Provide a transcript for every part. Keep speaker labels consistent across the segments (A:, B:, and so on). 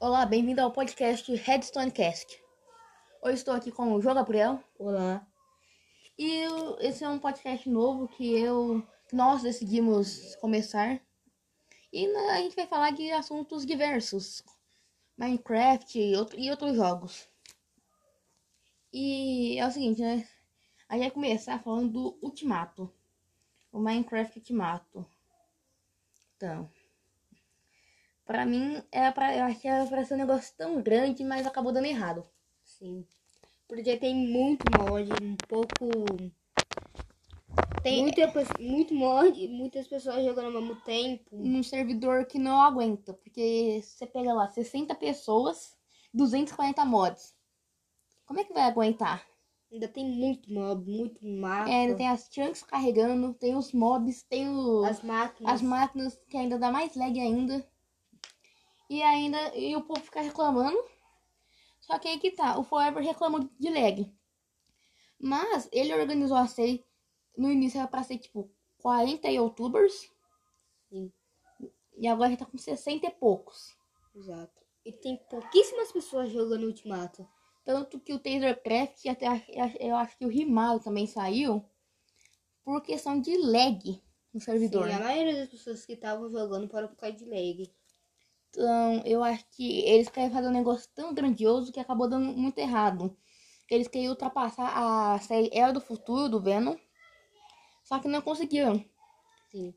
A: Olá, bem-vindo ao podcast Redstone Cast. Hoje estou aqui com o João Gabriel
B: Olá.
A: e o- esse é um podcast novo que eu que nós decidimos começar. E na- a gente vai falar de assuntos diversos, Minecraft e, outro- e outros jogos. E é o seguinte, né? A gente vai começar falando do Ultimato. O Minecraft Ultimato. Então, Pra mim, era pra, eu achei que era pra ser um negócio tão grande, mas acabou dando errado.
B: Sim. Porque tem muito mod, um pouco.
A: Tem
B: Muita, pe- muito mod, muitas pessoas jogando ao mesmo tempo.
A: um servidor que não aguenta, porque você pega lá 60 pessoas, 240 mods. Como é que vai aguentar?
B: Ainda tem muito mob, muito mapa.
A: É, ainda tem as chunks carregando, tem os mobs, tem o-
B: as máquinas.
A: as máquinas que ainda dá mais lag ainda. E ainda e o povo fica reclamando. Só que aí que tá, o Forever reclamou de lag. Mas ele organizou a série no início era pra ser tipo 40 youtubers.
B: Sim.
A: E agora já tá com 60 e poucos.
B: Exato. E tem pouquíssimas pessoas jogando Ultimato.
A: Tanto que o Tasercraft, até ach- eu acho que o Rimado também saiu por questão de lag no servidor. né?
B: Sim, a maioria das pessoas que estavam jogando foram por causa de lag.
A: Então, eu acho que eles querem fazer um negócio tão grandioso que acabou dando muito errado. Eles queriam ultrapassar a série Era do Futuro do Venom, só que não conseguiram.
B: Sim.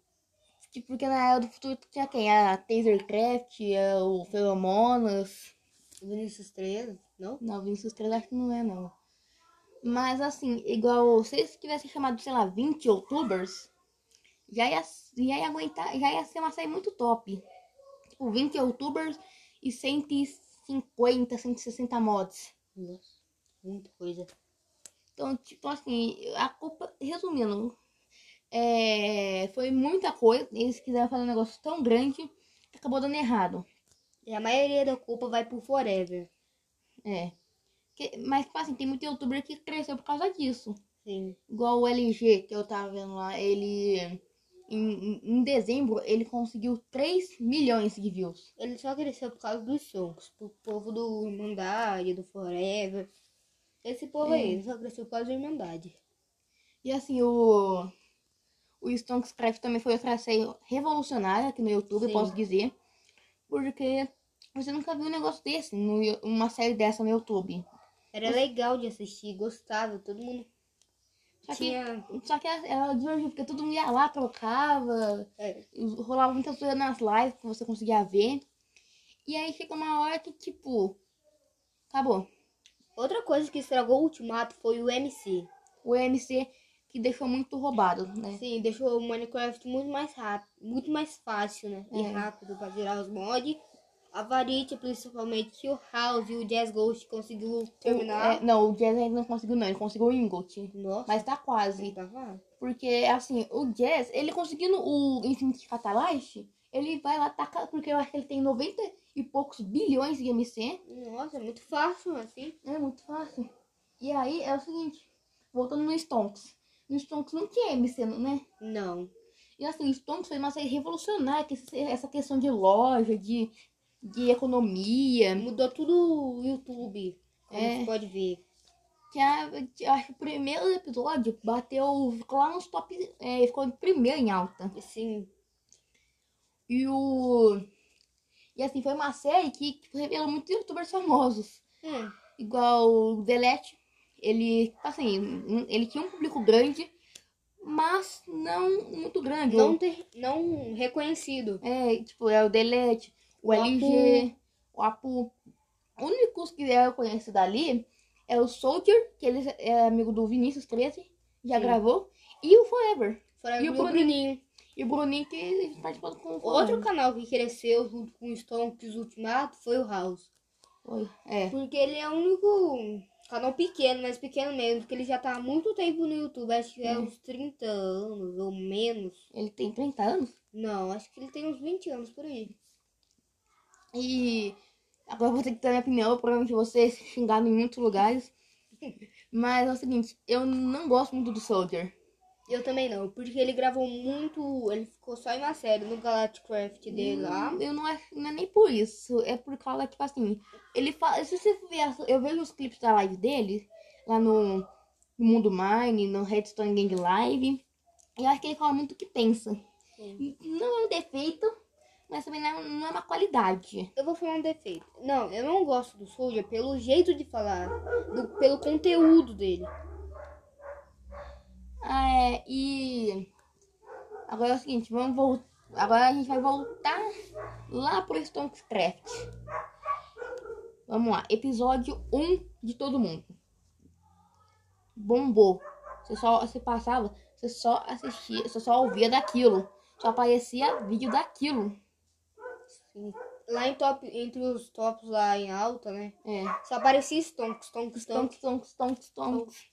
A: Tipo, porque na Era do Futuro tinha quem? Era a Tasercraft, era o Feromonas.
B: Vinícius 13, não?
A: Não, Vinicius 3 acho que não é, não. Mas assim, igual se eles tivessem chamado, sei lá, 20 youtubers, já ia, já ia aguentar, já ia ser uma série muito top. Tipo, 20 youtubers e 150, 160 mods.
B: Nossa, muita coisa.
A: Então, tipo assim, a culpa, resumindo, é, foi muita coisa, eles quiseram fazer um negócio tão grande que acabou dando errado.
B: E a maioria da culpa vai pro Forever.
A: É. Que- mas, tipo assim, tem muito youtuber que cresceu por causa disso.
B: Sim.
A: Igual o LG que eu tava vendo lá, ele em, em- em dezembro ele conseguiu 3 milhões de views.
B: Ele só cresceu por causa dos sons, pro povo do Irmandade, do Forever. Esse povo
A: É.
B: aí, ele só cresceu por causa da Irmandade.
A: E assim, o o Stonkscraft também foi outra série revolucionária aqui no YouTube,
B: Sim.
A: posso dizer, porque você nunca viu um negócio desse, no Yo- uma série dessa no YouTube.
B: Era legal de assistir, gostava, todo mundo
A: Só que,
B: tinha.
A: só que era- era divertido, porque todo mundo ia lá, trocava,
B: É,
A: rolava muita coisa nas lives que você conseguia ver. E aí chega uma hora que, tipo, acabou.
B: Outra coisa que estragou o Ultimato foi o MC.
A: o MC que deixou muito roubado, né?
B: Sim, deixou o Minecraft muito mais rápido, muito mais fácil, né? E
A: É.
B: rápido pra virar os mods. A Variety, principalmente, que o House e o Jazz Ghost conseguiu
A: O,
B: terminar.
A: é, não, o Jazz ainda não conseguiu, não. Ele conseguiu o Ingot.
B: Nossa, assim,
A: Mas tá quase.
B: tava.
A: Porque, assim, o Jazz, ele conseguindo o Infinity Catalyst, ele vai lá tacar, porque eu acho que ele tem 90 e poucos bilhões de MC.
B: Nossa, é muito fácil assim.
A: É muito fácil. E aí é o seguinte, voltando no Stonks. No Stonks não tinha MC, né?
B: Não.
A: E assim, o Stonks foi uma série revolucionária, que esse- essa questão de loja, de, de economia.
B: Mudou tudo o YouTube, como
A: É.
B: você pode ver.
A: que a- que eu acho que o primeiro episódio bateu, ficou lá nos top, é, ficou em primeiro em alta.
B: Assim,
A: E o... E assim, foi uma série que tipo, revelou muitos youtubers famosos.
B: é,
A: Igual o Delete, ele, assim, um- ele tinha um público grande, mas não muito grande.
B: não, ter, não reconhecido.
A: É, tipo, é o Delete, o,
B: O
A: LG, o Apu. O único que eu conheço dali é o Soldier, que ele é amigo do Vinícius 13, já
B: Sim.
A: gravou, e o Forever.
B: Fora
A: E
B: o
A: o Bruninho?
B: Bruninho.
A: E o Bruninho que participou com o Forever.
B: Outro canal que cresceu junto com o Stonks Ultimato foi o House.
A: Oi, É.
B: Porque ele é o único canal pequeno, mas pequeno mesmo, porque ele já tá há muito tempo no YouTube, acho que é
A: Hum.
B: uns 30 anos ou menos.
A: Ele tem 30 anos.
B: Não, acho que ele tem uns 20 anos por aí.
A: E agora eu vou ter que dar minha opinião, provavelmente você é xingado em muitos lugares. Mas é o seguinte, eu não gosto muito do Soldier.
B: Eu também não, porque ele gravou muito. Ele ficou só em uma série no Galacticraft dele lá.
A: Eu não acho, não é nem por isso. É por causa, tipo assim, ele fala. Se você ver, as- eu vejo os clipes da live dele, lá no, no Mundo Mine, no Redstone Gang Live. Eu acho que ele fala muito o que pensa.
B: Sim.
A: Não é um defeito, mas também não é, não é uma qualidade.
B: Eu vou falar um defeito. Não, eu não gosto do Soldier pelo jeito de falar, do- pelo conteúdo dele.
A: Ah, é, e. Agora é o seguinte, vamos voltar. Agora a gente vai voltar lá pro Stonecraft. Vamos lá, episódio 1 de todo mundo. Bombou. Você só você passava, você só assistia, você só ouvia daquilo. Só aparecia vídeo daquilo.
B: Sim. Lá em top, entre os tops lá em alta, né?
A: É.
B: Só aparecia Stonks, Stonks, Stonks.
A: Stonks, stonks, stonks, stonks.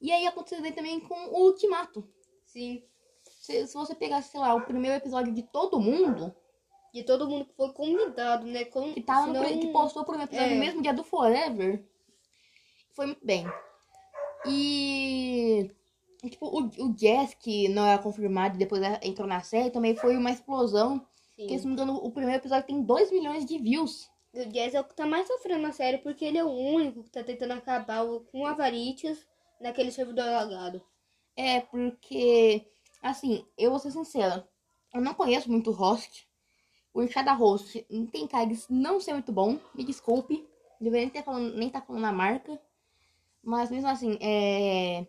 A: E aí aconteceu daí também com o Ultimato.
B: Sim.
A: Se, se você pegar, sei lá, o primeiro episódio de todo mundo,
B: De todo mundo que foi convidado, né? Com,
A: que, tava no
B: senão-
A: pri- que postou o primeiro episódio
B: É.
A: no mesmo dia do Forever, foi muito bem. E. Tipo, o, o Jazz, que não era confirmado e depois entrou na série, também foi uma explosão. Porque, se não
B: Sim.
A: me engano, o primeiro episódio tem 2 milhões de views.
B: O Jazz é o que tá mais sofrendo na série, porque ele é o único que tá tentando acabar o- com a Varites naquele servidor lagado.
A: É, porque, assim, eu vou ser sincera, eu não conheço muito host. O cada host tem cara de não ser muito bom, me desculpe, deveria nem ter falando, nem tá falando a marca. Mas mesmo assim, é.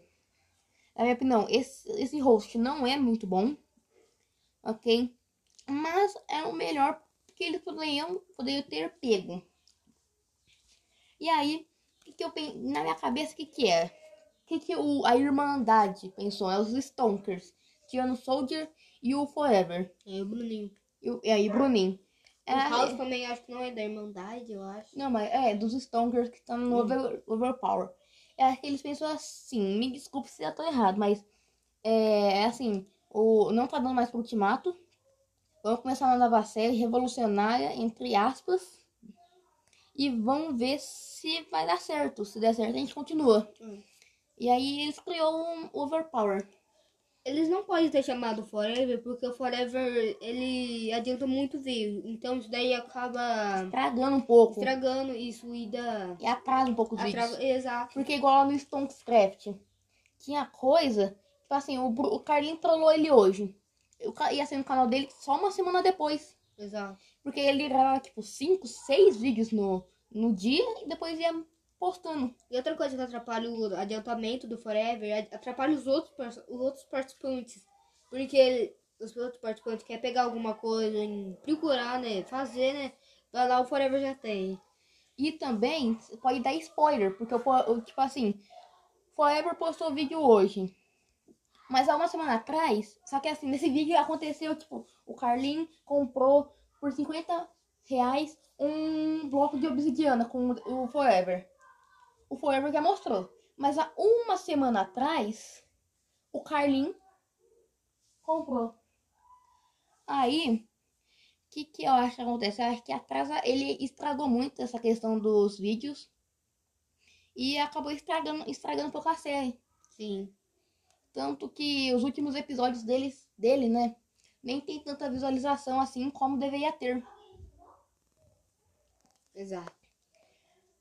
A: Na minha opinião, esse, esse host não é muito bom, ok? Mas é o melhor que eles poderiam, poderiam ter pego. E aí, o que, que eu pen- na minha cabeça, o que, é? que era? O que, que o, a Irmandade pensou? É os Stonkers, tirando o Soldier e o Forever.
B: É o Bruninho.
A: E, o- e aí, Bruninho.
B: O
A: Era-
B: House também acho que não é da Irmandade, eu acho.
A: não, mas é, dos Stonkers que estão no
B: Hum.
A: over, Overpower. É que eles pensam assim, me desculpe se eu tô errado, mas é, é assim, o, não tá dando mais pro ultimato. Vamos começar uma nova série revolucionária, entre aspas. E vamos ver se vai dar certo. Se der certo, a gente continua.
B: Hum.
A: E aí eles criou um Overpower.
B: Eles não podem ter chamado Forever, porque o Forever, ele adianta muito vídeo. Então isso daí acaba
A: Tragando um pouco.
B: estragando isso e dá...
A: E atrasa um pouco os vídeos.
B: Atrava... Exato.
A: Porque igual lá no Stonecraft, tinha coisa, tipo assim, o, Bru- o Carlinho trollou ele hoje. O ca- ia sair no canal dele só uma semana depois.
B: Exato.
A: Porque ele gravava, tipo, 5, 6 vídeos no, no dia e depois ia postando.
B: E outra coisa que atrapalha o adiantamento do Forever, ad- atrapalha os outros, par- os outros participantes. Porque ele- os outros participantes querem pegar alguma coisa, em procurar, né? Fazer, né? Vai lá, o Forever já tem.
A: E também cê pode dar spoiler, porque eu, po- eu, tipo assim, Forever postou vídeo hoje. Mas há uma semana atrás, só que assim, nesse vídeo aconteceu, tipo, o Carlinho comprou por 50 reais um bloco de obsidiana com o Forever. O Forever já mostrou. Mas há uma semana atrás, o Carlin comprou. Aí, o que, que eu acho que acontece? Eu acho que atrasa, ele estragou muito essa questão dos vídeos. E acabou estragando, estragando um pouco a série.
B: Sim.
A: Tanto que os últimos episódios deles, dele, né? Nem tem tanta visualização assim como deveria ter.
B: Exato.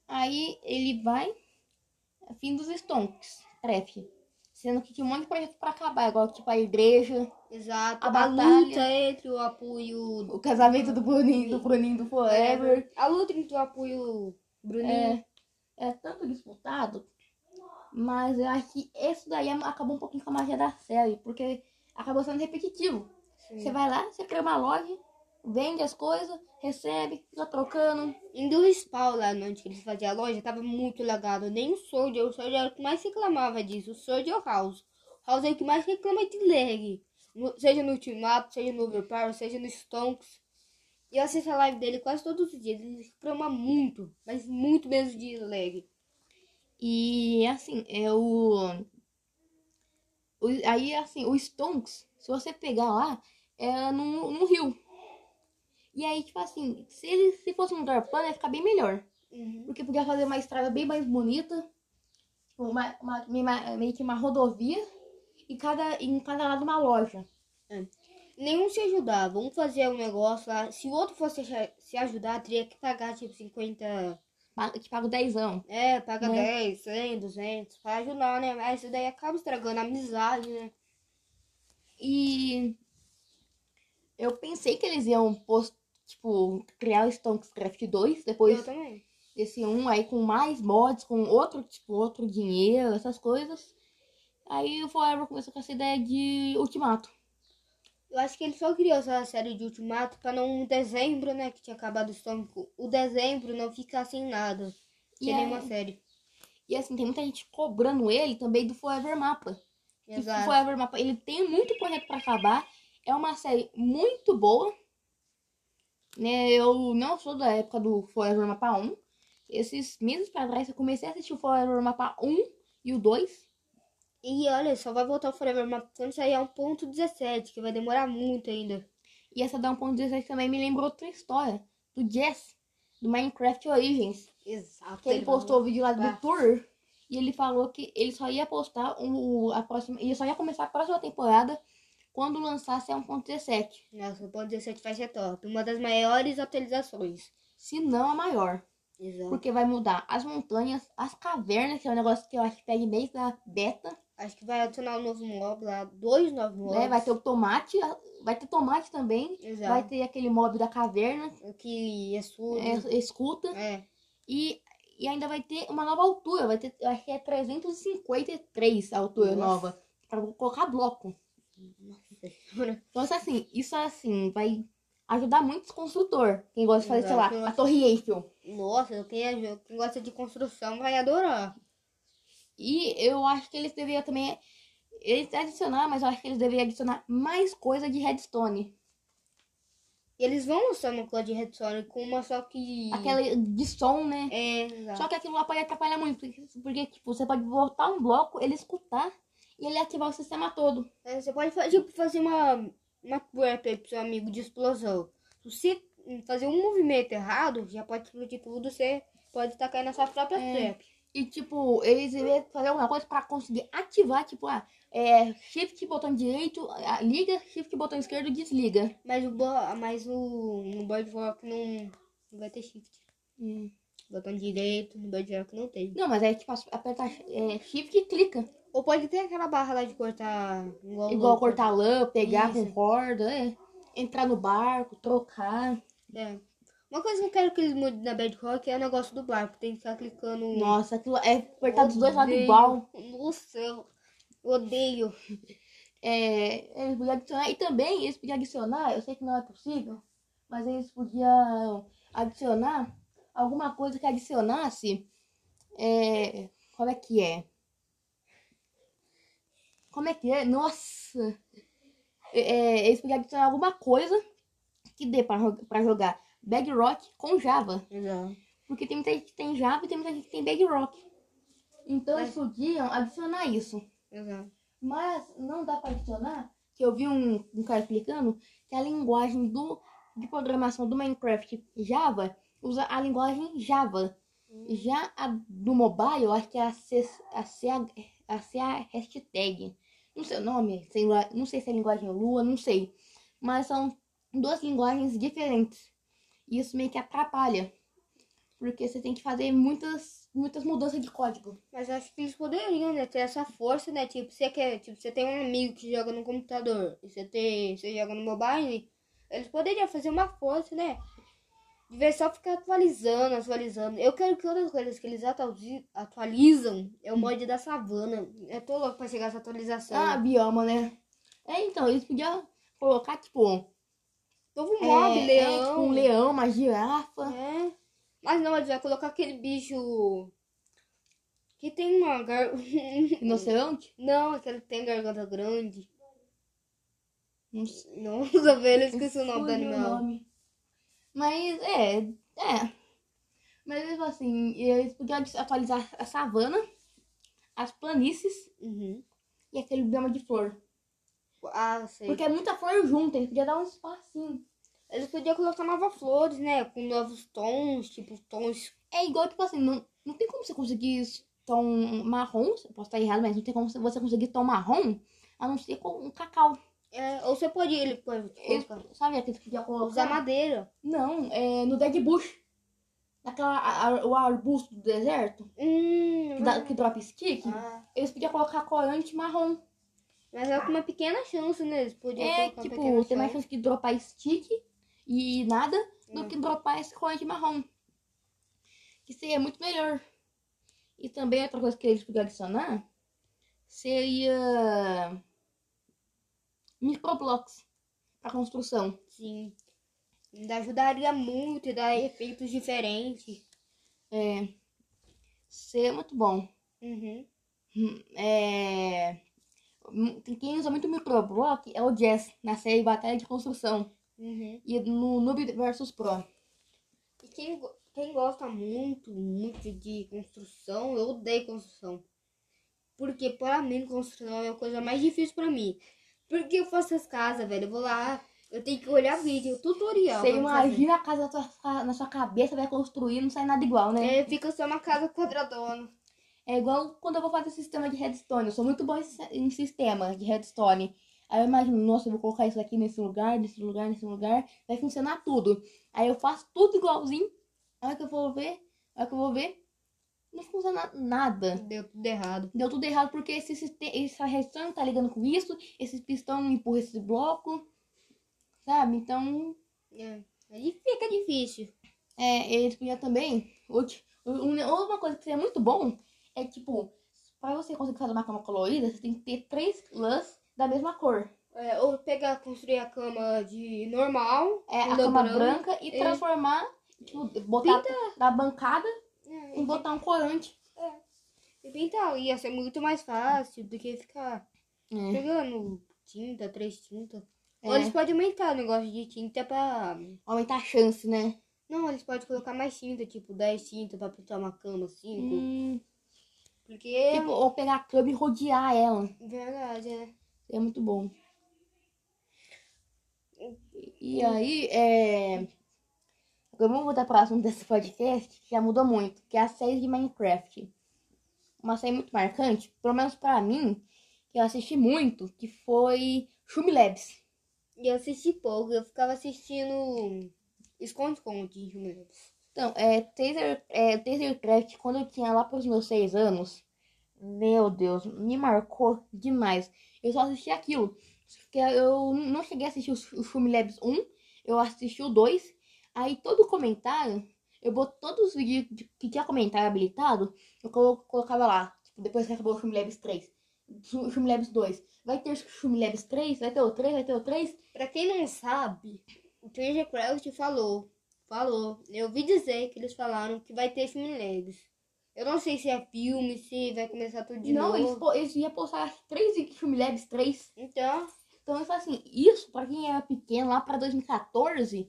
A: Aí ele vai. Fim dos Stonks. Trefe. Sendo que tinha um monte de projeto pra acabar, igual tipo a igreja,
B: Exato.
A: A
B: A,
A: batalha-
B: luta entre o apoio.
A: o casamento do Bruninho, do Bruninho do Forever.
B: A luta entre o apoio Bruninho.
A: É, é tanto disputado. Mas eu acho que isso daí acabou um pouquinho com a magia da série, porque acabou sendo repetitivo.
B: Sim.
A: Você vai lá, você cria uma loja, vende as coisas, recebe, fica trocando.
B: Ainda o spawn lá onde eles faziam a loja tava muito lagado. Nem o Soldier. O Soldier era o que mais reclamava disso. O Soldier é o House. O House é o que mais reclama de lag. No- seja no Ultimato, seja no Overpower, seja no Stonks. E Eu assisto a live dele quase todos os dias. Ele reclama muito, mas muito mesmo de lag.
A: E assim, é o. o- Aí, assim, o Stonks, se você pegar lá, é num, num rio. E aí, tipo assim, se ele se fosse um lugar plano, ia ficar bem melhor. Porque podia fazer uma estrada bem mais bonita, tipo, uma, uma- meio- meio que uma rodovia, e em cada, em cada lado uma loja.
B: Nenhum se ajudava. Um fazia um negócio lá. Se o outro fosse ach- se ajudar, teria que pagar tipo 50.
A: pa- Que paga o dezão.
B: É, paga
A: Né?
B: 10, 100, 200 pra ajudar, né? Mas isso daí acaba estragando a amizade, né?
A: E eu pensei que eles iam post, tipo, criar o Stonecraft 2,
B: Eu
A: depois
B: também.
A: desse um aí com mais mods, com outro, tipo, outro dinheiro, essas coisas. Aí o Forever começou com essa ideia de ultimato.
B: Eu acho que ele só criou essa série de Ultimato pra não. Dezembro, né? Que tinha acabado o Sônico. O dezembro não ficar sem nada.
A: E é.
B: Seria
A: aí-
B: uma série.
A: E assim, tem muita gente cobrando ele também do Forever Mapa. Que o
B: Exato.
A: Forever Mapa, ele tem muito projeto pra acabar. É uma série muito boa. Né, eu não sou da época do Forever Mapa 1. Esses meses pra trás eu comecei a assistir o Forever Mapa 1 e o 2.
B: E olha, só vai voltar o Forever Map quando sair é a 1.17, que vai demorar muito ainda.
A: E essa da 1.16 também me lembrou outra história. Do Jess, do Minecraft Origins.
B: Exato.
A: Que ele postou o vídeo lá do
B: Tá.
A: tour e ele falou que ele só ia postar o, o- a próxima. Ele só ia começar a próxima temporada quando lançasse a 1.17.
B: Nossa, o ponto 17 vai ser top. Uma das maiores atualizações.
A: Se não a maior.
B: Exato.
A: Porque vai mudar as montanhas, as cavernas, que é um negócio que eu acho que pega desde a beta.
B: Acho que vai adicionar um novo mob lá, dois novos mobs.
A: Né? Vai ter o tomate, a- vai ter tomate também.
B: Exato.
A: Vai ter aquele mob da caverna,
B: O que é surdo.
A: é, escuta.
B: É.
A: E, e ainda vai ter uma nova altura. Vai ter, eu acho que é 353 a altura
B: Nossa.
A: nova. Pra colocar bloco.
B: Nossa senhora.
A: Então, isso assim, isso assim, vai ajudar muito os construtor. Quem gosta de fazer, sei
B: Exato.
A: lá, a Torre Eiffel.
B: Nossa, quem, é- quem gosta de construção vai adorar.
A: E eu acho que eles deveriam também. Eles adicionar, mas eu acho que eles deveriam adicionar mais coisa de redstone.
B: E eles vão lançar uma coisa de Red Sonic com uma só que.
A: Aquela de som, né?
B: É, exato.
A: Só que aquilo lá pode atrapalhar muito. Porque, porque, tipo, você pode botar um bloco, ele escutar e ele ativar o sistema todo.
B: É, Você pode fa- tipo, fazer uma, uma trap aí pro seu amigo de explosão. Se você fazer um movimento errado, já pode explodir tudo, você pode estar caindo na sua própria
A: É.
B: trap.
A: E, tipo, eles deveriam fazer alguma coisa pra conseguir ativar, tipo, ah, é, shift botão direito, ah, liga, shift botão esquerdo, desliga.
B: Mas o, bo- mas o no boardwalk não, não vai ter shift. Botão direito, no boardwalk não tem.
A: Não, mas aí tipo, as- aperta é, shift e clica.
B: Ou pode ter aquela barra lá de cortar igual,
A: Igual
B: louco.
A: cortar lã, pegar com
B: Isso.
A: corda, é. entrar no barco, trocar.
B: É. Uma coisa que eu quero que eles mudem na Bad Rock é o negócio do barco. Tem que ficar clicando.
A: Nossa, aquilo é apertar dos dois lados
B: Odeio.
A: igual.
B: Nossa, eu odeio.
A: É, eles podiam adicionar. E também eles podiam adicionar, eu sei que não é possível, mas eles podiam adicionar alguma coisa que adicionasse. É, como é que é? Como é que é? Nossa! É, eles podiam adicionar alguma coisa que dê pra, jo- pra jogar Bag Rock com Java.
B: Exato.
A: Porque tem muita gente que tem Java e tem muita gente que tem Bag Rock. Então
B: Mas-
A: eles podiam adicionar isso.
B: Exato.
A: Mas não dá pra adicionar, que eu vi um, um cara explicando que a linguagem do, de programação do Minecraft Java usa a linguagem Java. Já a do mobile, eu acho que é a, C, a, C, a C hashtag. Não sei o nome, sei lá, não sei se é linguagem Lua, não sei. Mas são duas linguagens diferentes. E isso meio que atrapalha. Porque você tem que fazer muitas, muitas mudanças de código.
B: Mas acho que eles poderiam, né? Ter essa força, né? Tipo, você quer, tipo, você tem um amigo que joga no computador e você tem. Você joga no mobile, eles poderiam fazer uma força, né? De vez só ficar atualizando, atualizando. Eu quero que uma das coisas que eles atualiz- atualizam é o mod da savana. Eu tô louco pra chegar essa atualização.
A: Ah, bioma, né? É, então, eles podiam colocar, tipo,
B: Novo
A: é,
B: mob,
A: é,
B: leão.
A: tipo, um leão, uma girafa.
B: É. Mas não, eles vão colocar aquele bicho. Que tem uma gar...
A: Rinoceronte?
B: Não, aquele que tem garganta grande.
A: Não sei
B: Nossa, velho, eu esqueci o nome do
A: fugiu
B: animal.
A: nome. Mas, é, é. Mas, mesmo assim, eles podiam adi- atualizar a savana, as planícies
B: Uhum.
A: e aquele bioma de flor.
B: Ah, sei.
A: Porque é muita flor junto, eles podiam dar um espacinho.
B: Eles podiam colocar novas flores, né? Com novos tons, tipo tons.
A: É igual, tipo assim, não, não tem como você conseguir tom marrom, eu posso estar errado, mas não tem como você conseguir tom marrom a não ser com um cacau.
B: É, ou você pode ele pode
A: Eles,
B: colocar.
A: sabe aqueles que já
B: Usar
A: colocaram?
B: madeira.
A: Não, é no Dead Bush. Naquela, a- a- o arbusto do deserto,
B: Hum.
A: que, dá, que drop stick,
B: Ah,
A: eles podiam colocar corante marrom.
B: mas é com uma pequena chance, né? Eles podiam
A: É,
B: colocar uma
A: tipo,
B: pequena
A: tem mais
B: chance.
A: chance de dropar stick e nada do
B: Hum.
A: que dropar esse corante marrom. Que seria muito melhor. E também outra coisa que eles podiam adicionar seria microblocks para construção.
B: Sim. Ainda ajudaria muito e dá efeitos diferentes.
A: É, seria muito bom.
B: Uhum.
A: É, mu- tem quem usa muito microblock é o Jazz na série Batalha de Construção
B: Uhum.
A: e no Noob vs Pro.
B: E quem, go- quem gosta muito, muito de construção, eu odeio construção. Porque para mim construção é a coisa mais difícil pra mim. Porque eu faço as casas, velho. Eu vou lá, eu tenho que olhar vídeo, tutorial.
A: Você
B: pra me fazer.
A: imagina a casa na tua, ca- na sua cabeça, vai construir, não sai nada igual, né?
B: É, fica só uma casa quadradona.
A: É igual quando eu vou fazer sistema de redstone. Eu sou muito bom em si- em sistema de redstone. Aí eu imagino, nossa, eu vou colocar isso aqui nesse lugar, nesse lugar, nesse lugar. Vai funcionar tudo. Aí eu faço tudo igualzinho. A hora que eu vou ver, a hora que eu vou ver, não funciona nada.
B: Deu tudo errado.
A: Deu tudo errado porque esse, siste- essa redstone não tá ligando com isso. Esse pistão não empurra esse bloco. Sabe? Então
B: É. Aí fica difícil.
A: É, eles podiam também. out- um- Uma coisa que seria muito bom é tipo, pra você conseguir fazer uma cama colorida, você tem que ter três lãs da mesma cor.
B: É, ou pegar, construir a cama de normal.
A: É, a
B: Lã
A: cama
B: branca,
A: branca e
B: é.
A: transformar, tipo, botar da bancada
B: É,
A: e botar um corante.
B: E pintar ia ser muito mais fácil do que ficar
A: É.
B: pegando tinta, três tintas.
A: É.
B: Ou eles podem aumentar o negócio de tinta pra.
A: Aumentar a chance, né?
B: Não, eles podem colocar mais tinta, tipo 10 tintas pra pintar uma cama, 5.
A: Hum,
B: Porque. é
A: tipo, ou pegar a cama e rodear ela.
B: Verdade, é.
A: É muito bom. E aí, é... agora vamos voltar para o assunto desse podcast, que já mudou muito, que é a série de Minecraft. Uma série muito marcante, pelo menos para mim, que eu assisti muito, que foi Shumi Labs.
B: E eu assisti pouco, eu ficava assistindo. Esconde-esconde, Jumelos.
A: Então, é, Taser, é, Tasercraft, quando eu tinha lá pros meus seis anos, meu Deus, me marcou demais. Eu só assisti aquilo. Porque eu não cheguei a assistir o, Sh- o Shumi Labs 1, eu assisti o 2. Aí todo comentário, eu boto todos os vídeos de- que tinha comentário habilitado, eu colo- colocava lá. Tipo, depois que acabou o Shumi Labs 3. Shum- Shumi Labs 2. Vai ter Shumi Labs 3, vai ter o 3, vai ter o 3.
B: Pra quem não sabe, o Treasure Craft falou. Falou. Eu ouvi dizer que eles falaram que vai ter filme Legos. Eu não sei se é filme, se vai começar tudo de
A: não, eles,
B: novo.
A: po- eles iam postar 3 de Shumi Labs 3.
B: Então,
A: Então, eu falo assim, isso, pra quem era pequeno, lá pra 2014,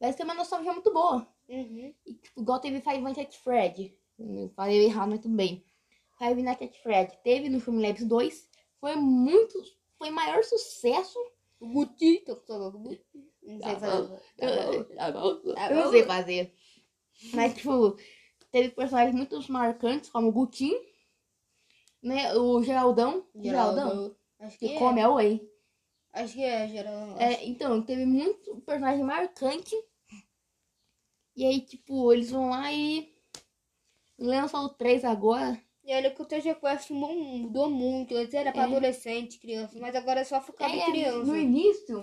A: vai ser uma nostalgia muito boa.
B: uhum.
A: E, tipo, igual teve Five Nights at Fred. Eu Falei errado, mas tudo bem. Five Nights at Fred teve no filme Labs 2. Foi muito... Foi maior sucesso.
B: O Guti, tô com o Guti. Não sei
A: Tá
B: falar.
A: Eu,
B: Tá
A: não
B: bom.
A: sei fazer. Mas, tipo, teve personagens muito marcantes, como o Gutin, né? O Geraldão. Geraldão.
B: Acho que
A: Que
B: ah, é.
A: come a Whey.
B: Acho que é, Geraldão.
A: É, então, teve muito personagem marcante. E aí, tipo, eles vão lá e lançam o 3 agora.
B: E olha que o TG Quest mu- mudou muito. Antes era pra
A: É.
B: adolescente, criança. Mas agora é só focado em
A: É,
B: criança.
A: no início,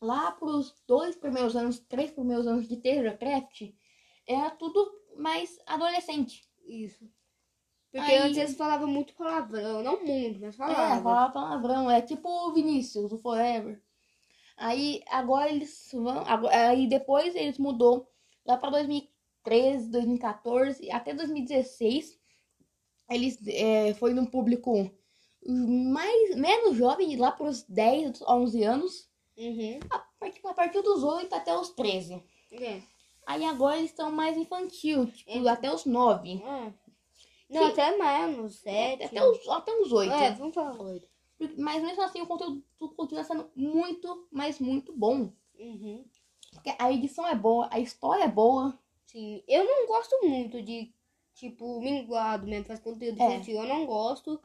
A: lá pros dois primeiros anos, três primeiros anos de TerraCraft, era tudo mais adolescente.
B: Isso. Porque
A: Aí-
B: antes eles falavam muito palavrão. Não muito, mas
A: É,
B: falavam.
A: falava palavrão, é tipo o Vinícius, o Forever. Aí agora eles vão. Agora, aí depois eles mudou lá pra 2013, 2014, até 2016. Eles é, foi num público mais, menos jovem, lá pros 10 a 11 anos.
B: Uhum.
A: A partir, a partir dos 8 até os 13.
B: É.
A: Aí agora eles estão mais infantil, tipo,
B: Então-
A: até os 9.
B: Ah. Não,
A: Sim.
B: até menos, sete.
A: Até os, até os 8.
B: É, vamos falar oito.
A: Mas mesmo assim o conteúdo continua sendo muito, mas muito bom.
B: Uhum.
A: Porque a edição é boa, a história é boa.
B: Sim, eu não gosto muito de, tipo, minguado mesmo, faz conteúdo
A: É.
B: infantil. Eu não gosto.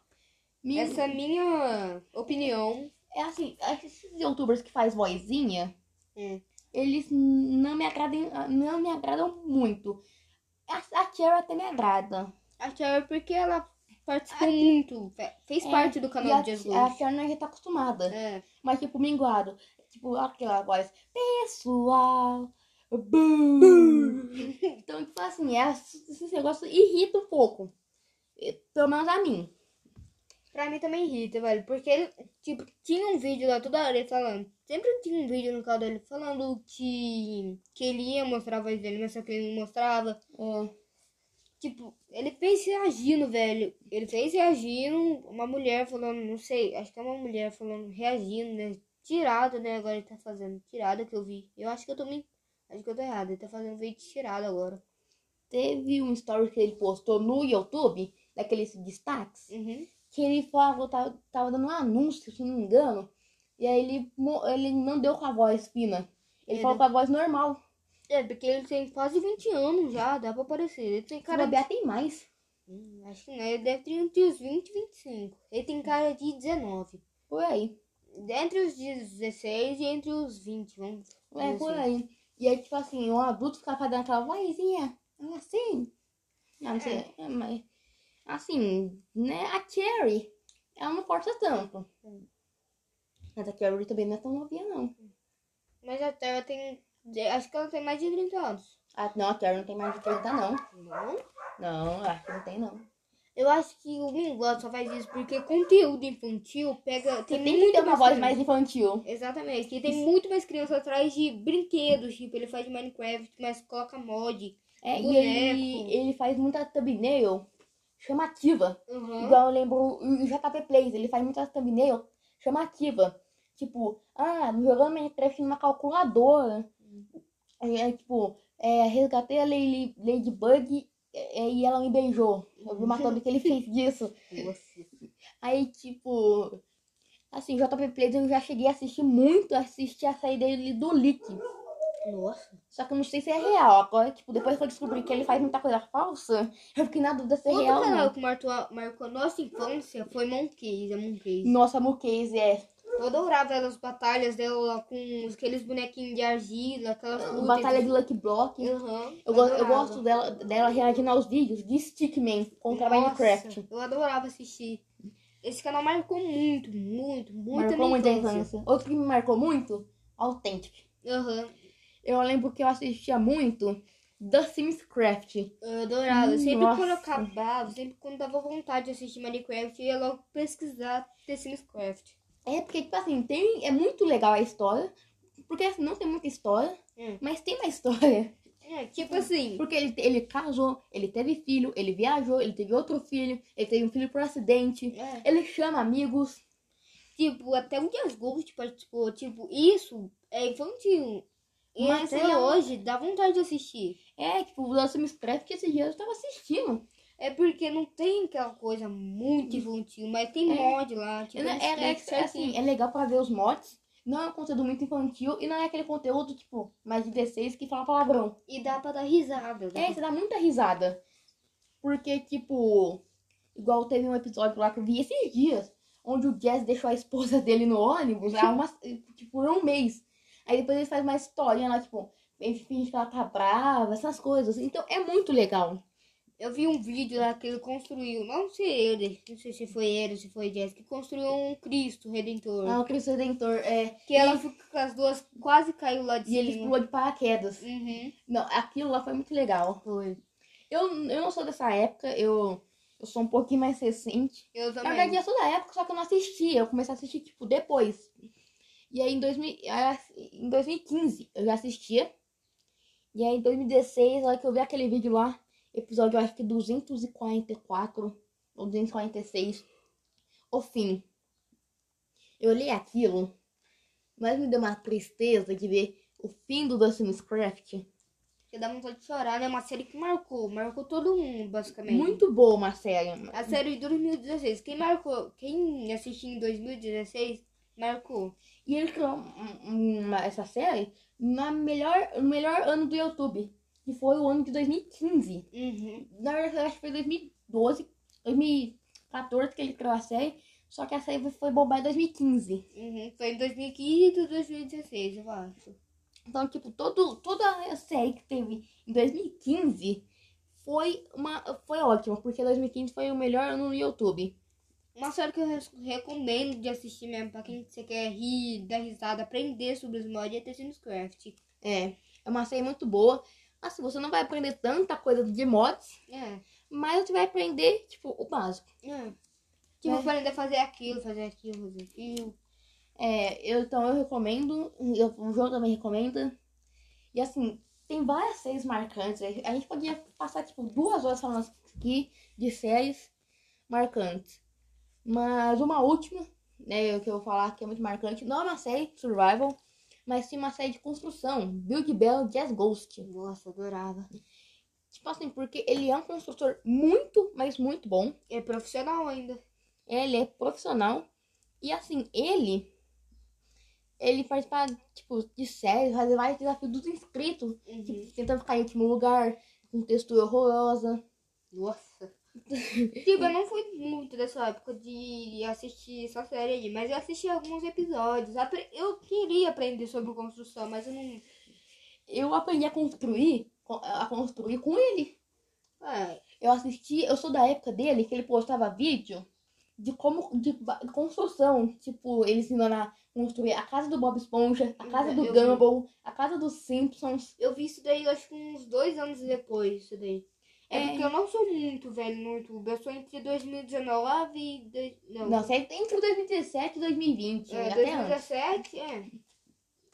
A: Mil-
B: Essa é a minha opinião.
A: É assim, esses youtubers que faz vozinha,
B: Hum.
A: eles não me agradem, não me agradam muito. A, a Tiara até me agrada.
B: A Cherry, é porque ela participou muito, fe- fez
A: É,
B: parte do
A: e
B: canal
A: a,
B: do Just
A: a
B: Gold.
A: Tiara não já tá acostumada.
B: É.
A: Mas tipo, minguado. Tipo, aquela voz. Pessoal. bum." Então, tipo assim, é, esse negócio irrita um pouco. E, Pelo menos a mim.
B: Pra mim também irrita, velho. Porque, tipo, tinha um vídeo lá toda hora ele falando. Sempre tinha um vídeo no canal dele falando que, que ele ia mostrar a voz dele, mas só que ele não mostrava.
A: É.
B: Tipo, ele fez reagindo, velho. Ele fez reagindo, uma mulher falando, não sei, acho que é uma mulher falando, reagindo, né? Tirado, né? Agora ele tá fazendo tirada que eu vi. Eu acho que eu tô me. Acho que eu tô errado. Ele tá fazendo vídeo de tirada agora.
A: Teve um story que ele postou no YouTube, daqueles destaques.
B: Uhum.
A: que ele falava, tava, tava dando um anúncio, se não me engano, e aí ele, mo- ele não deu com a voz fina. Ele,
B: Ele-
A: falou com a voz normal.
B: É, porque ele tem quase 20 anos já, dá pra aparecer. Ele tem
A: Cara,
B: cara de.
A: Bebê tem mais.
B: Hum, Acho que não, ele deve ter entre os 20 e 25. Ele tem cara de 19.
A: Por aí.
B: Entre os 16 e entre os 20, vamos
A: É, por
B: dizer.
A: aí. E aí, tipo assim, um adulto ficava fazendo aquela vozinha, assim. Não, não sei, é, mas... Assim, né, a Cherry, ela não força tanto. Mas a Cherry também não é tão novinha, não.
B: Mas a Terra tem. Acho que ela tem mais de 30 anos.
A: Ah, não, a Cherry não tem mais de 30, não.
B: Não?
A: Não, acho que não tem, não.
B: Eu acho que o Mingote só faz isso porque conteúdo infantil pega.
A: Você
B: Tem,
A: tem que
B: muito
A: ter uma voz
B: criança.
A: mais infantil.
B: Exatamente, que tem muito mais criança atrás de brinquedos, tipo, ele faz de Minecraft, mas coloca mod.
A: É, e
B: Um Boneco.
A: ele, ele faz muita thumbnail chamativa.
B: Uhum.
A: Igual eu lembro o JP Plays, ele faz muita thumbnail chamativa. Tipo, ah, jogando Minecraft numa calculadora.
B: Hum.
A: É, é, tipo, é, resgatei a Lady, Ladybug é, é, e ela me beijou. Eu vi uma thumb que ele fez disso. Aí, tipo, assim, JP Plays eu já cheguei a assistir muito, assisti a saída dele do Lick.
B: Nossa.
A: Só que eu não sei se é real. Agora, tipo, depois que eu descobri que ele faz muita coisa falsa, eu fiquei na dúvida se é
B: Outro
A: real ou
B: canal
A: não.
B: que marcou, marcou a nossa infância foi Monkeys, é Monkeys.
A: Nossa, Muquês é
B: Eu adorava as batalhas dela lá com aqueles bonequinhos de argila, aquelas lutas.
A: Ah, Batalha de Lucky Block. Eu,
B: Aham,
A: go- eu
B: adorava.
A: gosto dela, dela reagindo aos vídeos de Stickman contra
B: Nossa,
A: Minecraft.
B: Eu adorava assistir. Esse canal marcou muito, muito, muito a
A: Marcou
B: minha
A: muita
B: infância.
A: infância. Outro que me marcou muito, Authentic.
B: Aham,
A: Eu lembro que eu assistia muito The Sims Craft.
B: eu adorava. Sempre quando eu
A: Nossa.
B: acabava, sempre quando dava vontade de assistir Minecraft, eu ia logo pesquisar The Sims Craft.
A: É porque, tipo assim, tem, é muito legal a história. Porque assim, não tem muita história,
B: Hum.
A: mas tem uma história.
B: É, tipo
A: Hum.
B: assim,
A: Porque ele, ele casou, ele teve filho, ele viajou, ele teve outro filho, ele teve um filho por acidente.
B: é,
A: Ele chama amigos.
B: tipo, até o Dias Gold participou, tipo, isso é infantil. E
A: Mas
B: até
A: ela-
B: hoje dá vontade de assistir.
A: É, tipo, o Lance Minecraft esse dia eu tava assistindo.
B: É porque não tem aquela coisa muito infantil, mas tem
A: É.
B: mod lá. Tipo,
A: É, é, é,
B: eles
A: é, assim, é legal pra ver os mods. Não é um conteúdo muito infantil e não é aquele conteúdo, tipo, mais de 16 que fala palavrão.
B: E dá pra dar risada. dá
A: É, você dá muita risada. Porque, tipo, igual teve um episódio lá que eu vi esses dias, onde o Jazz deixou a esposa dele no ônibus há umas, tipo, por um mês. Aí depois ele faz uma historinha lá, tipo, ele finge que ela tá brava, essas coisas. Então é muito legal.
B: Eu vi um vídeo lá que ele construiu, não sei ele, não sei se foi ele, se foi Jess, que construiu um Cristo Redentor.
A: Ah, o Cristo Redentor é.
B: que ela ficou com as duas, quase caiu lá de
A: E ele
B: cima.
A: pulou de paraquedas.
B: Uhum.
A: Não, aquilo lá foi muito legal.
B: Foi.
A: Eu, eu não sou dessa época, eu, eu sou um pouquinho mais recente.
B: Eu
A: Na
B: também.
A: verdade, eu sou da época, só que eu não assistia. Eu comecei a assistir, tipo, depois. E aí, em, 2000, aí, em 2015, eu já assistia. E aí, em 2016, na hora que eu vi aquele vídeo lá, episódio, eu acho que 244 ou 246, o fim. Eu olhei aquilo, mas me deu uma tristeza de ver o fim do The Sims Craft.
B: Porque dá vontade de chorar, né? É uma série que marcou, marcou todo mundo, basicamente.
A: Muito boa uma série.
B: A série de 2016, quem marcou, quem assistiu em 2016, marcou.
A: E ele criou um- um- uma- essa série na melhor, no melhor ano do YouTube, que foi o ano de 2015.
B: Uhum.
A: Na verdade, eu acho que foi 2012, 2014 que ele criou a série. Só que essa aí foi bombar em 2015.
B: Uhum, foi em 2015 e 2016, eu acho.
A: Então, tipo, todo, toda a série que teve em 2015 foi, uma, foi ótima, porque 2015 foi o melhor ano no YouTube.
B: Uma série que eu res- recomendo de assistir mesmo pra quem você quer rir, dar risada, aprender sobre os mods é Tecinos Craft.
A: É, é uma série muito boa. Assim, você não vai aprender tanta coisa de mods,
B: É,
A: mas você vai aprender, tipo, o básico.
B: é. Tipo,
A: É.
B: é. aprender a fazer aquilo, fazer aquilo, fazer aquilo.
A: É, eu, então eu recomendo, um, eu, o João também recomenda. E assim, tem várias séries marcantes. A gente podia passar, tipo, duas horas falando aqui de séries marcantes. Mas uma última, né, que eu vou falar que é muito marcante, não é uma série de survival, mas sim uma série de construção, Build Bell Jazz Ghost.
B: Nossa, adorava.
A: Tipo assim, porque ele é um construtor muito, mas muito bom.
B: É profissional ainda.
A: Ele é profissional. E assim, ele. Ele participa, tipo, de séries, faz vários desafios dos inscritos.
B: Uhum.
A: Tipo, tentando ficar em último lugar, com textura horrorosa.
B: Nossa. tipo, eu não fui muito dessa época de assistir essa série aí, mas eu assisti alguns episódios. Apre- Eu queria aprender sobre construção, mas eu não.
A: Eu aprendi a construir, co- a construir com ele.
B: É,
A: Eu assisti, eu sou da época dele que ele postava vídeo de como de, ba- de construção, tipo, ele ensinando a construir a casa do Bob Esponja, a casa do
B: Eu vi.
A: Gumball, a casa dos Simpsons.
B: eu vi isso daí, eu acho que uns dois anos depois, isso daí. É,
A: É.
B: porque eu não sou muito velho no YouTube. Eu sou entre 2019 e. dois- Não.
A: Não, sério, entre 2017 e 2020.
B: É,
A: até antes.
B: 2017, é.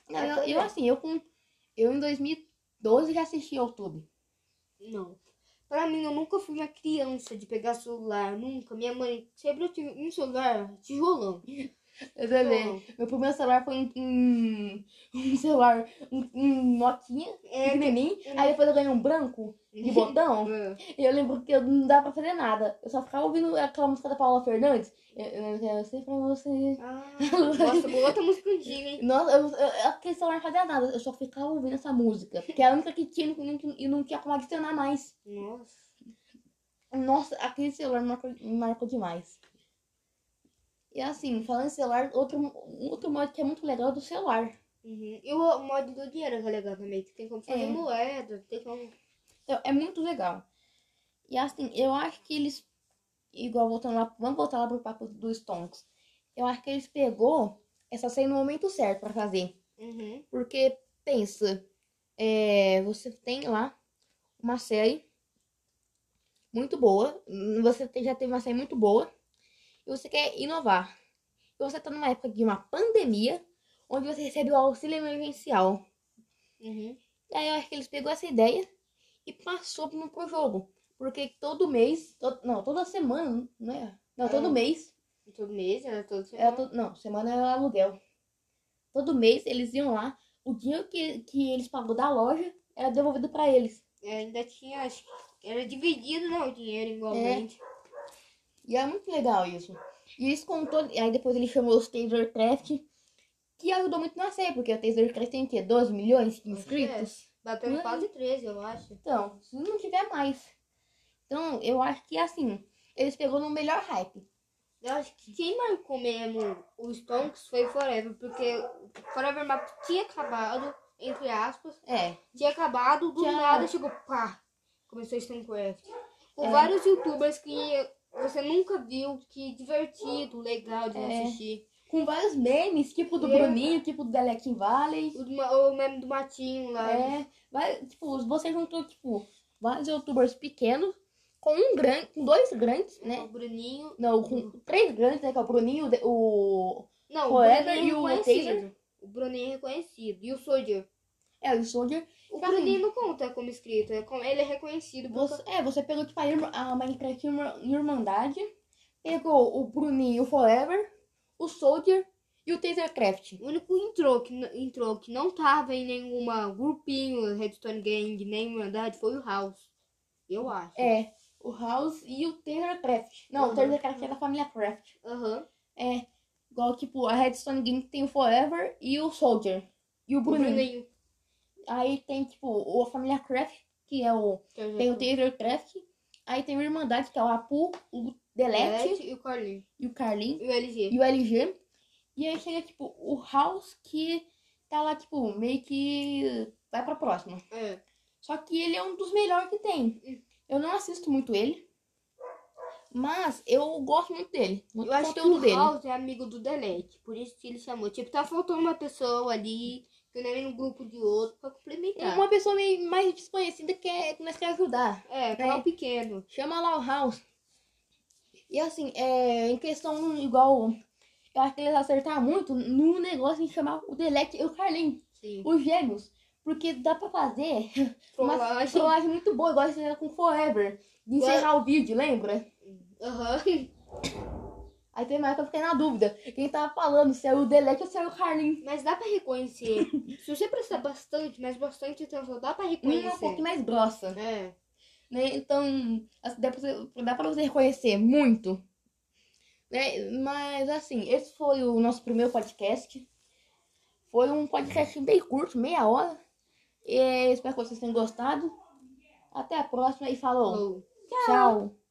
A: Não, eu, eu, assim, eu com. Eu em 2012 já assisti ao YouTube.
B: Não. Pra mim, eu nunca fui uma criança de pegar celular, nunca. Minha mãe sempre eu tive um celular tijolão.
A: Eu
B: Tá
A: também. Meu primeiro celular foi em, em- um celular, um, um Nokia,
B: É,
A: pequenininho.
B: eu-
A: Aí depois eu ganhei um branco de botão.
B: É.
A: E eu lembro que eu não dava pra fazer nada. Eu só ficava ouvindo aquela música da Paula Fernandes. Eu, eu, eu sei pra você.
B: Ah, nossa, boa outra música antiga, hein?
A: Nossa, eu, eu, aquele celular não fazia nada. Eu só ficava ouvindo essa música. Que era a única que tinha e não, e não tinha como adicionar mais.
B: Nossa.
A: Nossa, aquele celular me marcou, me marcou demais. E assim, falando em celular, outro, outro modo que é muito legal é do celular.
B: Uhum. E o mod do dinheiro que é legal também, que tem como fazer
A: É.
B: moeda, tem como...
A: Então, é muito legal. E assim, eu acho que eles. Igual voltando lá. Vamos voltar lá pro papo do Stonks. Eu acho que eles pegou essa série no momento certo pra fazer.
B: Uhum.
A: Porque, pensa, é, você tem lá uma série muito boa. hum, Você te- já teve uma série muito boa. E você quer inovar. E você tá numa época de uma pandemia, onde você recebe o auxílio emergencial.
B: Uhum.
A: E aí eu acho que eles pegou essa ideia e passou pro, pro jogo. Porque todo mês, to- não, toda semana, não é? Não, todo
B: É.
A: mês.
B: Todo mês, era todo
A: Era
B: semana.
A: to- não, semana era aluguel. Todo mês eles iam lá. O dinheiro que, que eles pagou da loja era devolvido pra eles.
B: É, Ainda tinha, acho que era dividido, não, o dinheiro igualmente.
A: E é muito legal isso. E eles contou. Aí depois ele chamou os Tasercraft, que ajudou muito na série, porque o Tasercraft tem o quê? 12 milhões de inscritos?
B: Bateu
A: Hum.
B: quase 13, eu acho.
A: Então, se não tiver mais. Então, eu acho que assim, eles pegou no melhor hype.
B: Eu acho que quem marcou mesmo os Stonks foi Forever, porque Forever Map tinha acabado, entre aspas,
A: É,
B: tinha acabado, do
A: Tinha.
B: nada chegou, pá, começou Stonecraft. Com
A: É.
B: vários youtubers que você nunca viu, que divertido, legal de
A: É.
B: assistir.
A: com vários memes, tipo do
B: É.
A: Bruninho, tipo do Delekin Valley.
B: O, do Ma- o meme do Matinho lá.
A: É, vai, tipo, você juntou, tipo, vários youtubers pequenos com um grande, com dois grandes,
B: O
A: né?
B: Bruninho.
A: Não, com três grandes, né? Que é o Bruninho, o de- o.
B: Não,
A: Forever
B: o Bruninho é
A: e o
B: reconhecido. O Bruninho é reconhecido. E o Soldier.
A: É, o Soldier.
B: O
A: Tá bem.
B: Bruninho não conta como inscrito, é como- ele é reconhecido. por
A: Você, é, você pegou, tipo, a, irma- a Minecraft Irma- Irmandade, pegou o Bruninho Forever, o Soldier e o Tasercraft.
B: O único entrou que, n- entrou que não tava em nenhuma grupinho, Redstone Gang, nem Irmandade, foi o House. Eu acho.
A: É, o House e o Tasercraft. Não, o
B: Uhum.
A: Tasercraft é da família Craft.
B: Aham.
A: É, igual tipo, a Redstone Gang tem o Forever e o Soldier. E o
B: O
A: Bruninho.
B: Bruninho.
A: Aí tem, tipo, o a família Craft, que é o.
B: que eu já
A: Tem o
B: falei.
A: Taylor Craft. Aí tem o Irmandade, que é o Apu, o Delete
B: e o Corlin.
A: e o Carlin
B: E o LG.
A: e o LG. E aí chega, tipo, o House que tá lá, tipo, meio que vai pra próxima.
B: É.
A: Só que ele é um dos melhores que tem. Eu não assisto muito ele. Mas eu gosto muito dele. Muito
B: Eu
A: do
B: acho que
A: conteúdo
B: o
A: dele.
B: House é amigo do Delete, por isso que ele chamou. Tipo, tá faltando uma pessoa ali, que não é nem um grupo de outro, pra
A: É
B: complementar.
A: uma pessoa meio mais desconhecida que é- que nós quer ajudar.
B: É,
A: É.
B: canal pequeno.
A: Chama lá o House. E assim, é, em questão igual. Eu acho que eles acertaram muito no negócio em chamar o Delec e o Carlin,
B: Sim.
A: os gêmeos. Porque dá pra fazer uma
B: Trollagem.
A: trollagem muito boa, igual eles fizeram com Forever. De
B: Ué.
A: encerrar o vídeo, lembra?
B: Aham.
A: Aí tem mais que eu fiquei na dúvida. Quem tava falando, se era o Delec ou se era o Carlin.
B: Mas dá pra reconhecer. Se você prestar bastante, mas bastante atenção, dá pra
A: Uma
B: reconhecer.
A: um pouquinho mais grossa.
B: É.
A: Né? Então, assim, dá pra, você, dá pra você reconhecer muito. Né? Mas, assim, esse foi o nosso primeiro podcast. Foi um podcast bem curto, meia hora. E espero que vocês tenham gostado. Até a próxima e falou.
B: Falou.
A: Tchau.